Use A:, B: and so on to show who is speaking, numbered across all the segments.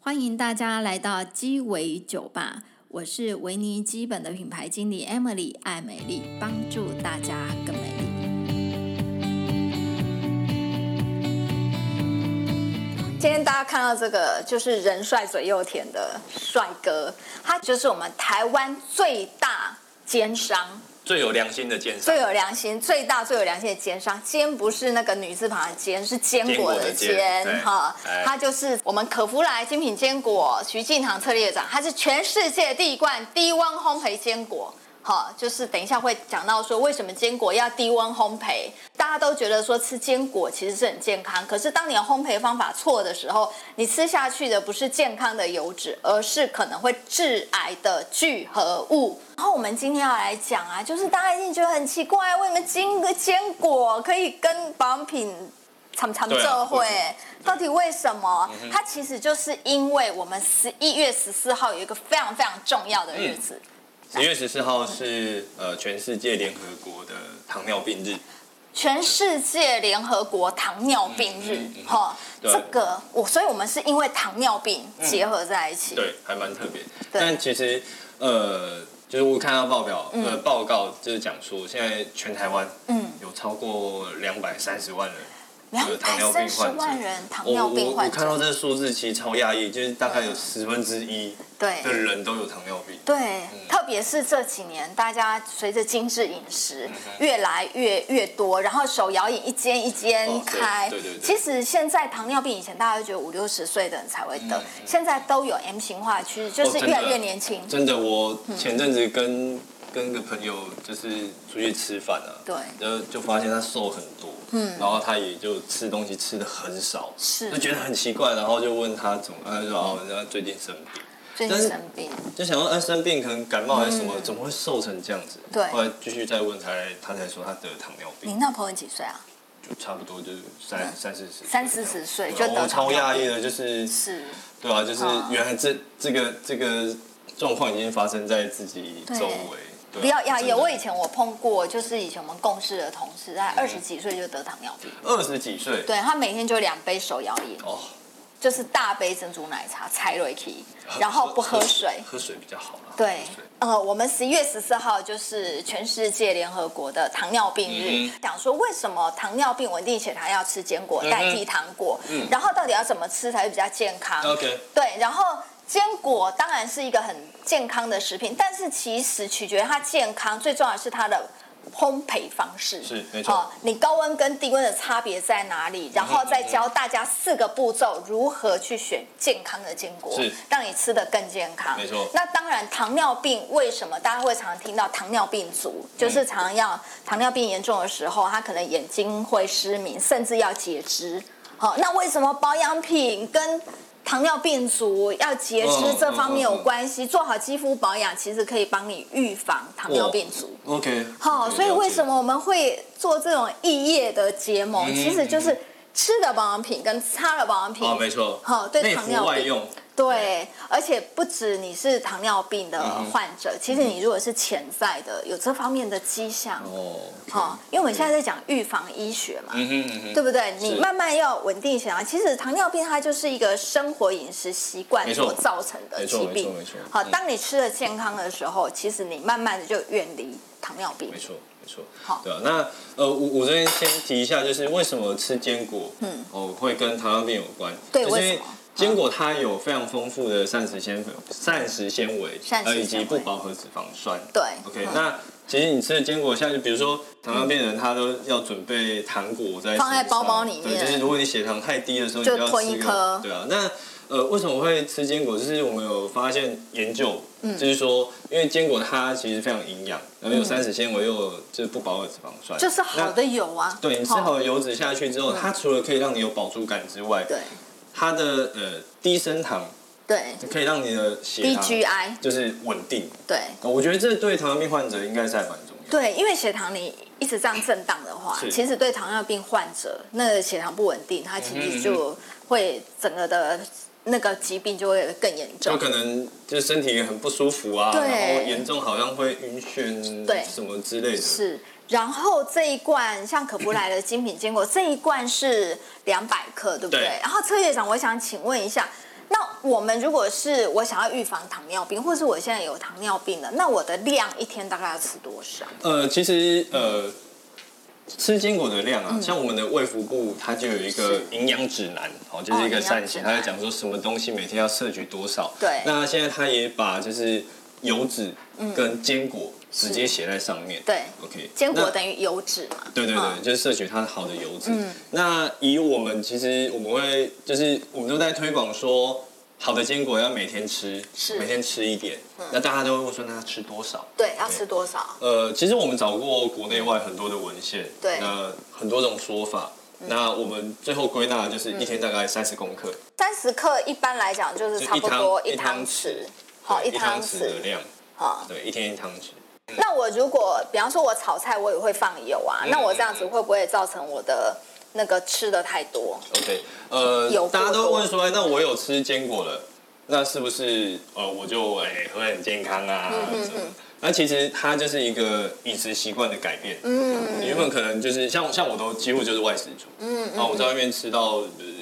A: 欢迎大家来到鸡尾酒吧，我是维尼基本的品牌经理 Emily 爱美丽，帮助大家更美丽。
B: 今天大家看到这个，就是人帅嘴又甜的帅哥，他就是我们台湾最大奸商，
C: 最有良心的奸商
B: 最，有良心、最大最有良心的奸商。奸不是那个女字旁的奸，是坚果的
C: 坚果的
B: 坚
C: 坚
B: 哈
C: 对哎。
B: 他就是我们可福来精品坚果徐进堂策略长，他是全世界第一罐低温烘焙坚果。好，就是等一下会讲到说为什么坚果要低温烘焙。大家都觉得说吃坚果其实是很健康，可是当你的烘焙方法错的时候，你吃下去的不是健康的油脂，而是可能会致癌的聚合物。然后我们今天要来讲啊，就是大家一定觉得很奇怪，为什么坚个坚果可以跟保养品常常
C: 对
B: 这
C: 啊
B: 会
C: 为什么？
B: 到底为什么？
C: 嗯
B: 它其实就是因为我们十一月十四号有一个非常非常重要的日
C: 嗯
B: 子，
C: 十月十四号是呃全世界联合国的糖尿病日，
B: 全世界联合国糖尿病日
C: 嗯嗯，嗯
B: 哈、
C: 对嗯
B: 这个我，所以我们是因为糖尿病结合在一起，
C: 对，还蛮特别。
B: 对
C: 但其实呃，就是我看到报表呃报告就是讲说，现在全台湾
B: 嗯
C: 有超过两百三十万人
B: 两
C: 有糖
B: 百
C: 尿
B: 哎三
C: 病
B: 十
C: 患者。
B: 万人糖
C: 我
B: 尿
C: 我
B: 病
C: 我
B: 患
C: 看到
B: 者，
C: 这个数字其实超压抑，就是大概有十分之一
B: 对
C: 的人都有糖尿病。
B: 对，特别是这几年，大家随着精致饮食
C: 嗯
B: 越来越越多，然后手摇饮一间一间
C: 哦对
B: 开。
C: 对对对
B: 其实现在糖尿病以前大家都觉得五六十岁的人才会得，现在都有 M 型化趋势，就是
C: 嗯哦真的
B: 越来越年轻。嗯
C: 真的，我前阵子跟、跟个朋友就是出去吃饭啊，
B: 对
C: 然后就发现他瘦很多，嗯，然后他也就吃东西吃的很少，
B: 是嗯
C: 就觉得很奇怪，然后就问他怎么，他就说哦，人家最近生病，
B: 最近
C: 但是
B: 生病，
C: 就想说，哎、生病可能感冒还是什么，怎么会瘦成这样子？
B: 嗯对
C: 后来继续再问他，他才说他得糖尿病，
B: 你那朋友几岁啊？
C: 就差不多就是三三四十，
B: 嗯三四十岁就
C: 然后
B: 得糖
C: 超
B: 尿
C: 压
B: 病，
C: 抑的，就是
B: 是
C: 对啊，就是
B: 嗯
C: 原来这这个这个状况已经发生在自己周围。对啊
B: 不要压抑。
C: 真的嗯
B: 我以前我碰过，就是以前我们共事的同事，在二十几岁就得糖尿病，
C: 二十几岁，
B: 对他每天就两杯手摇饮，
C: 哦，
B: 就是大杯珍珠奶茶拆瑞奇， 然后不喝水。
C: 哦喝水比较好啦。
B: 对
C: 喝水，
B: 呃，我们十一月十四号就是全世界联合国的糖尿病日，
C: 嗯
B: 讲说为什么糖尿病稳定血糖要吃坚果
C: 嗯哼
B: 代替糖果，
C: 嗯
B: 然后到底要怎么吃才会比较健康？
C: OK，
B: 对，然后坚果当然是一个很健康的食品，但是其实取决于它健康，最重要的是它的烘焙方式。
C: 是没错
B: 哦你高温跟低温的差别在哪里？然后
C: 嗯
B: 再教大家四个步骤如何去选健康的坚果，
C: 是
B: 让你吃的更健康。
C: 没错
B: 那当然，糖尿病为什么大家会常常听到糖尿病足，
C: 嗯
B: 就是常常要糖尿病严重的时候，他可能眼睛会失明，甚至要截肢。好，那为什么保养品跟糖尿病足要节
C: 嗯
B: 肢
C: 嗯
B: 这方面有
C: 嗯嗯
B: 关系？做好肌肤保养其实可以帮你预防糖尿病足。
C: 哦 OK，
B: 好，所以为什
C: 么？
B: 么我们会做这种异业的结盟？
C: 嗯
B: 其实就是吃的保养品跟擦的保养品，
C: 哦，没错，
B: 好对
C: 内
B: 糖
C: 服
B: 尿病
C: 外用，
B: 对，而且不止你是糖尿病的患者，
C: 嗯
B: 其实你如果是潜在的有这方面的迹象，
C: 哦，
B: 哈、因为我们现在在讲预防医学嘛，
C: 嗯哼嗯哼，
B: 对不对？你
C: 是
B: 慢慢要稳定血糖。其实糖尿病它就是一个生活饮食习惯
C: 没错
B: 所造成的
C: 没错
B: 疾
C: 没错
B: 病
C: 没错。
B: 好，
C: 嗯
B: 当你吃的健康的时候，其实你慢慢的就远离糖尿病
C: 没。错，没错。
B: 好
C: 对啊，那呃，我我这边先提一下，就是为什么吃坚果，嗯，哦，会跟糖尿病有关？
B: 对
C: 就是因
B: 为什么
C: 坚果它有非常丰富的膳食纤维、膳食纤维
B: 膳，食
C: 呃，以及
B: 纤维
C: 不饱和脂肪酸。
B: 对
C: OK，、
B: 嗯
C: 那其实你吃的坚果，像比如说糖尿病人，他都要准备糖果在
B: 放在
C: 身上
B: 包包里面
C: 对，就是如果你血糖太低的时候，你
B: 就
C: 要
B: 吞
C: 吃
B: 一
C: 个
B: 颗
C: 对啊，那呃，为什么会吃坚果？就是我们有发现研究，
B: 嗯
C: 就是说，因为坚果它其实非常营养，然后有膳食纤维，又有就是不饱和脂肪酸，
B: 就是好的油啊，
C: 那。对你吃
B: 哈
C: 好的油脂下去之后，它除了可以让你有饱足感之外，
B: 对
C: 它的呃低升糖
B: 对
C: 可以让你的血糖
B: ，DGI
C: 就是稳定。
B: 对
C: 呃我觉得这对糖尿病患者应该是还蛮重要的。
B: 对，因为血糖你一直这样震荡的话，
C: 是
B: 其实对糖尿病患者那个血糖不稳定，它其
C: 嗯
B: 实
C: 哼
B: 就会整个的那个疾病就会更严重
C: 就。可能就是身体很不舒服啊，
B: 对
C: 然后严重好像会晕
B: 对
C: 眩，什么之类的。
B: 是，然后这一罐像可不来的精品坚果，这一罐是两百克，对不对？
C: 对
B: 然后策略长，我想请问一下，那我们如果是我想要预防糖尿病，或是我现在有糖尿病了，那我的量一天大概要吃多少？
C: 呃，其实呃，吃坚果的量
B: 嗯
C: 啊，像我们的卫福部它就有一个营养指南，哦，就是
B: 哦
C: 一个
B: 营养
C: 膳
B: 指
C: 食，
B: 南
C: 它就讲说什么东西每天要摄取多少。
B: 对嗯
C: 那现在它也把就是油脂跟坚果直接写在上面。
B: 对
C: ，OK，
B: 坚果
C: 那
B: 等于油脂嘛？
C: 对对
B: 嗯
C: 对，就是摄取它好的油脂。那以我们其实我们会就是我们都在推广说，好的坚果要每天吃，
B: 是嗯
C: 每天吃一点。那大家都会问说，那吃多少？
B: 对，要吃多少？
C: 呃，其实我们找过国内外很多的文献，
B: 对嗯
C: 那很多种说法。那我们最后归纳就是一天大概三十公克，
B: 三十克一般来讲就是
C: 就
B: 差
C: 一
B: 不
C: 汤
B: 多
C: 一
B: 汤
C: 汤
B: 匙
C: 匙，
B: 好
C: 对
B: 一
C: 一汤
B: 汤
C: 匙的
B: 匙，
C: 量，
B: 好。
C: 对，一天一汤匙。
B: 那我如果比方说我炒菜，我也会放油啊，
C: 嗯
B: 那我这样子会不会造成我的那个吃的太多？
C: OK，呃
B: 有过，
C: 大家都问说，哎那我有吃坚果了，那是不是呃我就哎会很健康啊？
B: 嗯
C: 什么的那其实它就是一个饮食习惯的改变。嗯，你原本可能就是像像我都几乎就是外食族，嗯，然后我在外面吃到就是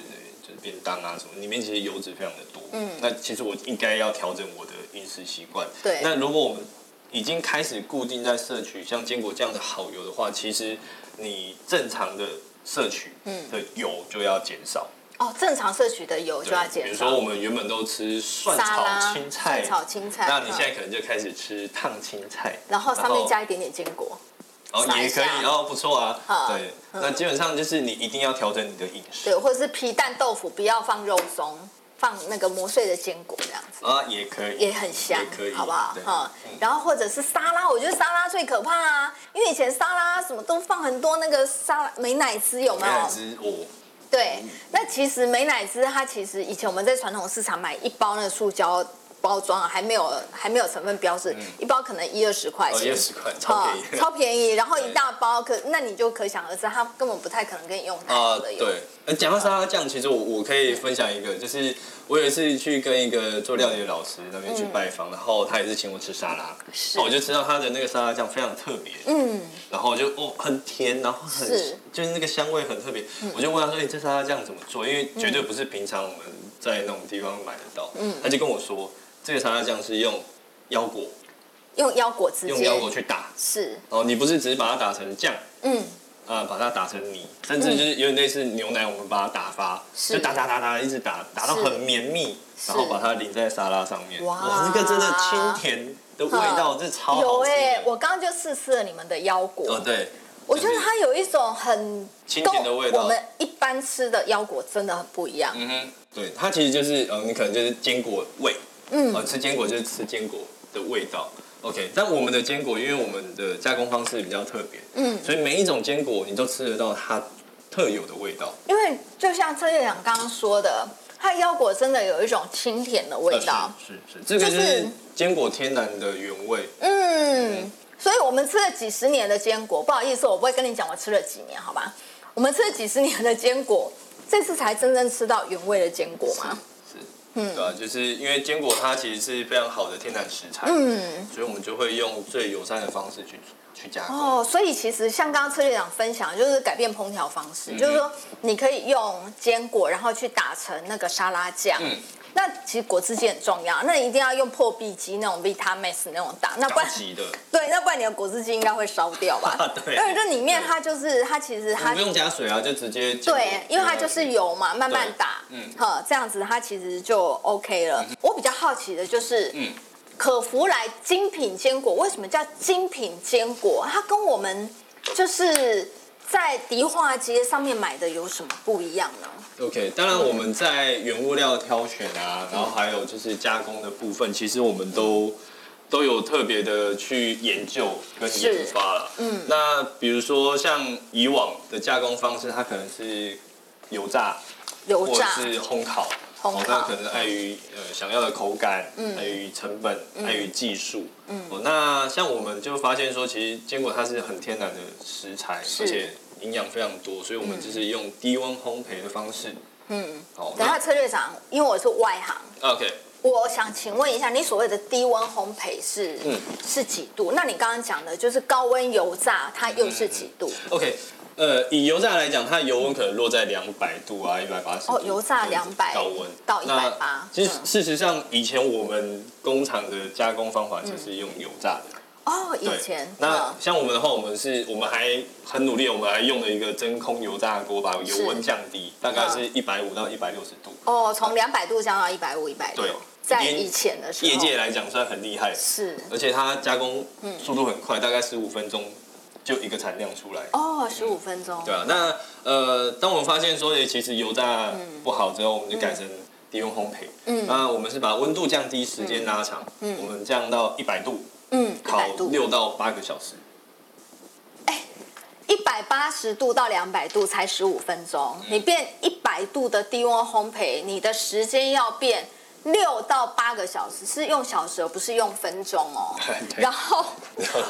C: 就是便当啊什么，里面其实油脂非常的多。嗯，那其实我应该要调整我的饮食习惯。
B: 对
C: 那如果我们已经开始固定在摄取像坚果这样的好油的话，其实你正常的摄取
B: 嗯
C: 的油就要减少，
B: 哦，正常摄取的油
C: 对
B: 就要减
C: 比如说
B: 少。
C: 我们原本都吃蒜
B: 沙
C: 炒
B: 拉、
C: 青菜，
B: 蒜炒青菜，
C: 那你现在
B: 嗯
C: 可能就开始吃烫青菜，
B: 然后上面加一点点坚果，
C: 然后
B: 撒
C: 哦
B: 一
C: 也可
B: 下
C: 以哦，不错啊
B: 好，
C: 对，那基本上就是你一定要调整你的饮食
B: 对，或者是皮蛋豆腐，不要放肉松，放那个磨碎的坚果这样子。
C: 啊，也可以，
B: 也很香
C: 也可以，
B: 好不好
C: 对？
B: 哈、然后或者是沙拉，我觉得沙拉最可怕啊，因为以前沙拉什么都放很多那个沙拉美乃滋，有没有
C: 奶？汁哦，
B: 对，那其实美乃滋它其实以前我们在传统市场买一包那个塑胶包装啊，还没有还没有成分标示，一包可能一二十块
C: 嗯哦
B: 钱，
C: 也十块，超便宜
B: 哦，超便宜，然后一大包可，那你就可想而知，它根本不太可能给你用太
C: 啊、
B: 多的油。
C: 对，呃，讲到沙拉酱，其实我我可以分享一个，就是我有一次去跟一个做料理的老师那边去拜访，然后他也是请我吃沙拉，
B: 是
C: 那我就知道他的那个沙拉酱非常特别，嗯，然后我就哦很甜，然后很
B: 是
C: 就是那个香味很特别，我就问他说，哎、这沙拉酱怎么做？因为绝对不是平常我们在那种地方买得到，嗯，他就跟我说，这个沙拉酱是用腰果，
B: 用腰果直接
C: 用腰果去打，
B: 是，
C: 然后你不是只是把它打成酱，
B: 嗯，
C: 啊，把它打成泥，甚至就是有点类似牛奶，我们把它打发，
B: 是
C: 就打打打打，一直打打到
B: 是
C: 很绵密，然后把它淋在沙拉上面。
B: 哇
C: 哇，那个真的清甜的味道，这超
B: 有
C: 好吃
B: 哎、
C: 的。
B: 我刚刚就试吃了你们的腰果，
C: 哦，对，
B: 我觉得
C: 就是
B: 它有一种很
C: 清甜的味道
B: 跟我们一般吃的腰果真的很不一样。
C: 嗯哼，对，它其实就是呃，你可能就是坚果味，嗯，呃，吃坚果就是吃坚果的味道。OK，但我们的坚果，因为我们的加工方式比较特别，嗯，所以每一种坚果你都吃得到它特有的味道。
B: 因为就像车院长刚刚说的，它腰果真的有一种清甜的味道。
C: 呃是是是，这个就
B: 就是
C: 是坚果天然的原味。
B: 嗯，所以我们吃了几十年的坚果，不好意思，我不会跟你讲我吃了几年，好吧？我们吃了几十年的坚果，这次才真正吃到原味的坚果嘛。
C: 是，嗯，对啊，就是因为坚果它其实是非常好的天然食材，嗯，所以我们就会用最友善的方式去去加工。
B: 哦，所以其实像刚刚车队长分享，就是改变烹调方式，就是说你可以用坚果，然后去打成那个沙拉酱。
C: 嗯
B: 那其实果汁机很重要，那一定要用破壁机那种 Vitamix 那种打，那不
C: 高
B: 然
C: 级的，？
B: 对，那不然你的果汁机应该会烧掉吧
C: 啊对
B: 因为这里面它就是它其实它
C: 你不用加水啊，就直接进入
B: 对，因为它就是油嘛，慢慢打，嗯
C: 嗯，
B: 哈，这样子它其实就 OK 了。我比较好奇的就是，嗯
C: 嗯，
B: 可福来精品坚果为什么叫精品坚果？它跟我们就是在迪化街上面买的有什么不一样呢？
C: OK，当然我们在原物料挑选啊，然后还有就是加工的部分，其实我们都都有特别的去研究跟研发了。嗯，那比如说像以往的加工方式，它可能是油炸，
B: 油
C: 或者
B: 炸
C: 是烘烤，
B: 烘烤
C: 哦，
B: 嗯
C: 那可能碍于呃想要的口感，碍于成本，碍于技术，嗯，哦，那像我们就发现说，其实坚果它是很天然的食材，而且营养非常多，所以我
B: 嗯
C: 们就是用低温烘焙的方式，嗯，好，
B: 等一下
C: 那
B: 策略长，因为我是外行，
C: OK，
B: 我想请问一下，你所谓的低温烘焙是、
C: 嗯嗯
B: 是几度？那你刚刚讲的就是高温油炸，它又是几度？
C: OK，呃，以油炸来讲，它的油温可能落在两百度啊，一百八十。
B: 哦油炸200
C: 高温
B: 到
C: 那
B: 180
C: 其实
B: 嗯
C: 事实上，以前我们工厂的加工方法就是用油炸的。
B: 哦，以
C: 对
B: 前
C: 那
B: 嗯
C: 像我们的话，我们是我们还很努力，我们还用了一个真空油炸锅，把油温降低，大概
B: 嗯
C: 是一百五到一百六十度。
B: 哦，从两百度降到一百五、一百
C: 对
B: 六，在
C: 已经
B: 以前的时候，
C: 业界来讲算很厉害，
B: 是
C: 而且它加工速度很快，大概十五分钟就一个产量出来。
B: 哦，十五分钟，
C: 对啊，那呃，当我们发现说，诶，其实油炸不好之后，我们就改成低温烘焙。
B: 嗯
C: 那我们是把温度降低，时间拉长，
B: 嗯
C: 我们降到一百度，
B: 嗯，一
C: 烤
B: 百度，
C: 六到八个小时。。
B: 一百八十度到两百度才十五分钟，你变一百度的低温烘焙，你的时间要变六到八个小时，是用小时，而不是用分钟哦
C: 对
B: 然后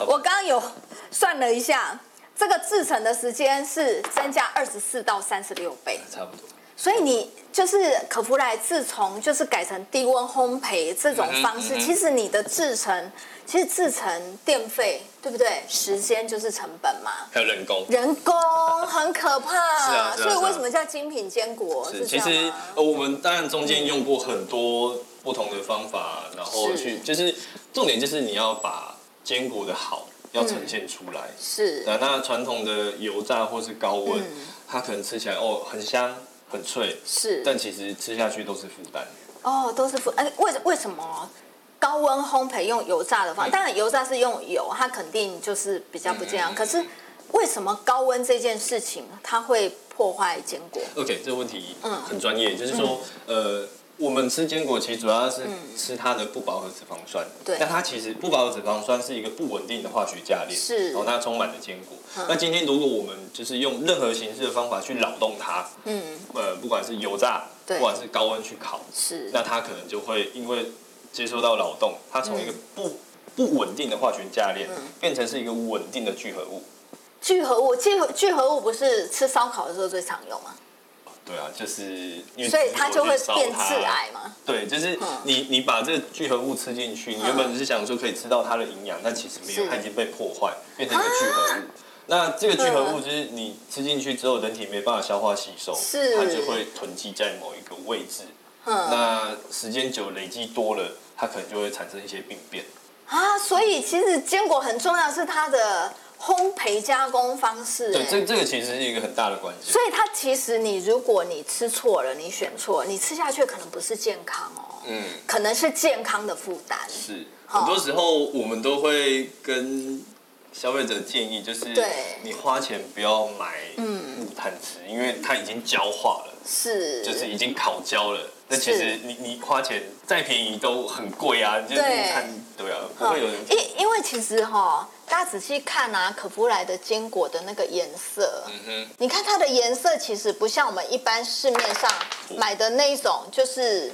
B: 我刚刚有算了一下，这个制成的时间是增加二十四到三十六倍。
C: 差不多。
B: 所以你就是可福来，自从就是改成低温烘焙这种方式，
C: 嗯哼嗯哼
B: 其实你的制成，其实制成电费对不对？时间就是成本嘛，
C: 还有人工。
B: 人工很可怕。
C: 是啊是啊
B: 所以为什么叫精品坚果？是
C: 是，
B: 这
C: 其
B: 样啊
C: 实
B: 吗
C: 呃，我们当然中间用过很多不同的方法，然后
B: 是
C: 去就是重点就是你要把坚果的好要呈现出来。
B: 是
C: 对啊，那传统的油炸或是高温，
B: 嗯
C: 它可能吃起来哦很香很脆，
B: 是
C: 但其实吃下去都是负担。
B: 哦，都是负哎，为为什么？高温烘焙用油炸的方
C: 嗯
B: 当然油炸是用油，它肯定就是比较不健康。
C: 嗯嗯嗯
B: 可是为什么高温这件事情它会破坏坚果？
C: OK，这个问题
B: 嗯
C: 很专业，就是说，呃，我们吃坚果其实主要是吃它的不饱和脂肪酸，
B: 嗯对
C: 那它其实不饱和脂肪酸是一个不稳定的化学价链，
B: 是嗯
C: 哦，那充满了坚果。那今天如果我们就是用任何形式的方法去扰动它，
B: 嗯，
C: 呃，不管是油炸，
B: 对
C: 不管是高温去烤，
B: 是。
C: 那它可能就会因为接受到扰动，它从一
B: 嗯
C: 个不不稳定的化学价链变成是一个稳定的聚合物。
B: 聚合物，聚合聚合物不是吃烧烤的时候最常用吗？
C: 对啊，就是因为
B: 所以它就会
C: 直播去烧
B: 变
C: 它
B: 致癌嘛。
C: 对，就是
B: 嗯
C: 你你把这个聚合物吃进去，你原本是想说可以吃到它的营养，但其实没
B: 是
C: 有，
B: 啊
C: 它已经被破坏，变成一个聚合物。那这个聚合物
B: 嗯
C: 就是你吃进去之后，人体没办法消化吸收，
B: 是
C: 它就会囤积在某一个位置。
B: 嗯
C: 那时间久累积多了，它可能就会产生一些病变。
B: 啊，所以其实坚果很重要的是它的烘焙加工方式、
C: 对，
B: 哎
C: 这这个其实是一个很大的关系。
B: 所以它其实你如果你吃错了，你选错，你吃下去可能不是健康哦，
C: 嗯，
B: 可能是健康的负担。
C: 是，
B: 好
C: 很多时候我们都会跟消费者建议，就是
B: 对
C: 你花钱不要买木炭吃，因为它已经焦化了，
B: 是，
C: 就是已经烤焦了。那其
B: 是
C: 实你你花钱再便宜都很贵啊，就是木
B: 对
C: 炭对啊，不
B: 嗯
C: 会有人
B: 因因为其实哈、大家仔细看啊，可夫莱的坚果的那个颜色，
C: 嗯哼
B: 你看它的颜色其实不像我们一般市面上买的那一种，就是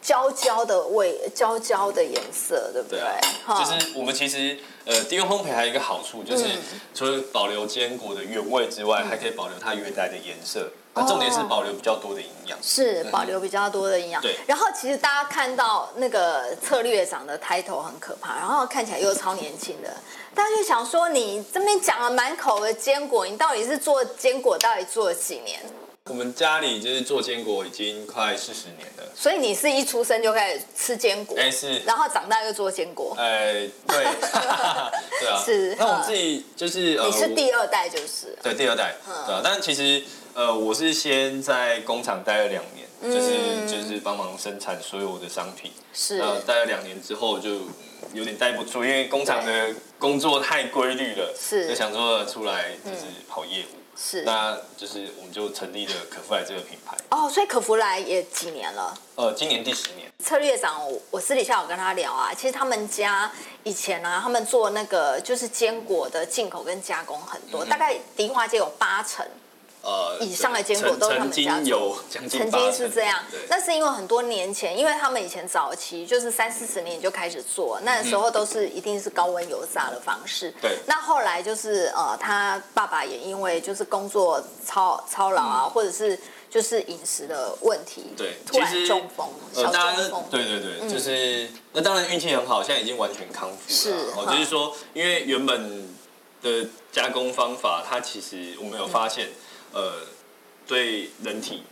B: 焦焦的味，焦焦的颜色，对不对
C: 对啊？，就是我们其实呃低温烘焙还有一个好处，就是
B: 嗯
C: 除了保留坚果的原味之外，还可以保留它原来的颜色。那重点是
B: 哦
C: 保留比较多的营养。
B: 是保留比较多的营养。
C: 对
B: 然后其实大家看到那个策略长的抬头很可怕，然后看起来又超年轻的，大家就想说你这边讲了满口的坚果，你到底是做坚果到底做了几年？
C: 我们家里就是做坚果已经快四十年了。
B: 所以你是一出生就开始吃坚果，
C: 哎是
B: 然后长大又做坚果，
C: 哎， 对，对啊，
B: 是嗯
C: 那我自己就是呃，
B: 你是
C: 我
B: 第嗯二代就是，
C: 对第二代，对啊。但其实呃，我是先在工厂待了两年，
B: 嗯
C: 就是就是帮忙生产所有的商品。
B: 是
C: 呃，待了两年之后就嗯有点待不住，因为工厂的工作太规律了，
B: 是
C: 就想说出来就是跑业务。
B: 是。
C: 那就是我们就成立了可夫莱这个品牌，
B: 哦，所以可福来也几年了。
C: 呃，今年第十年。
B: 策略长，我我私底下有跟他聊啊，其实他们家以前啊，他们做那个就是坚果的进口跟加工很
C: 嗯
B: 多，大概迪化街有八成，
C: 呃，
B: 以上的
C: 对
B: 坚果都是他
C: 曾
B: 们
C: 经
B: 家做
C: 有将近
B: 曾
C: 八
B: 经
C: 成
B: 是这样
C: 对，
B: 那是因为很多年前，因为他们以前早期就是三四十年就开始做，那时候都是一定是高温油炸的方式。
C: 对
B: 那后来就是呃，他爸爸也因为就是工作操操劳啊，或者是就是饮食的问题，
C: 嗯对
B: 突
C: 其
B: 然
C: 实
B: 中风，
C: 呃，
B: 小
C: 大家
B: 中嗯风，
C: 对对对，就是那当然运气很好，现在已经完全康复了。
B: 是
C: 哦，
B: 哈
C: 就是说，因为原本的加工方法，它其实我们有发现，呃，对人体、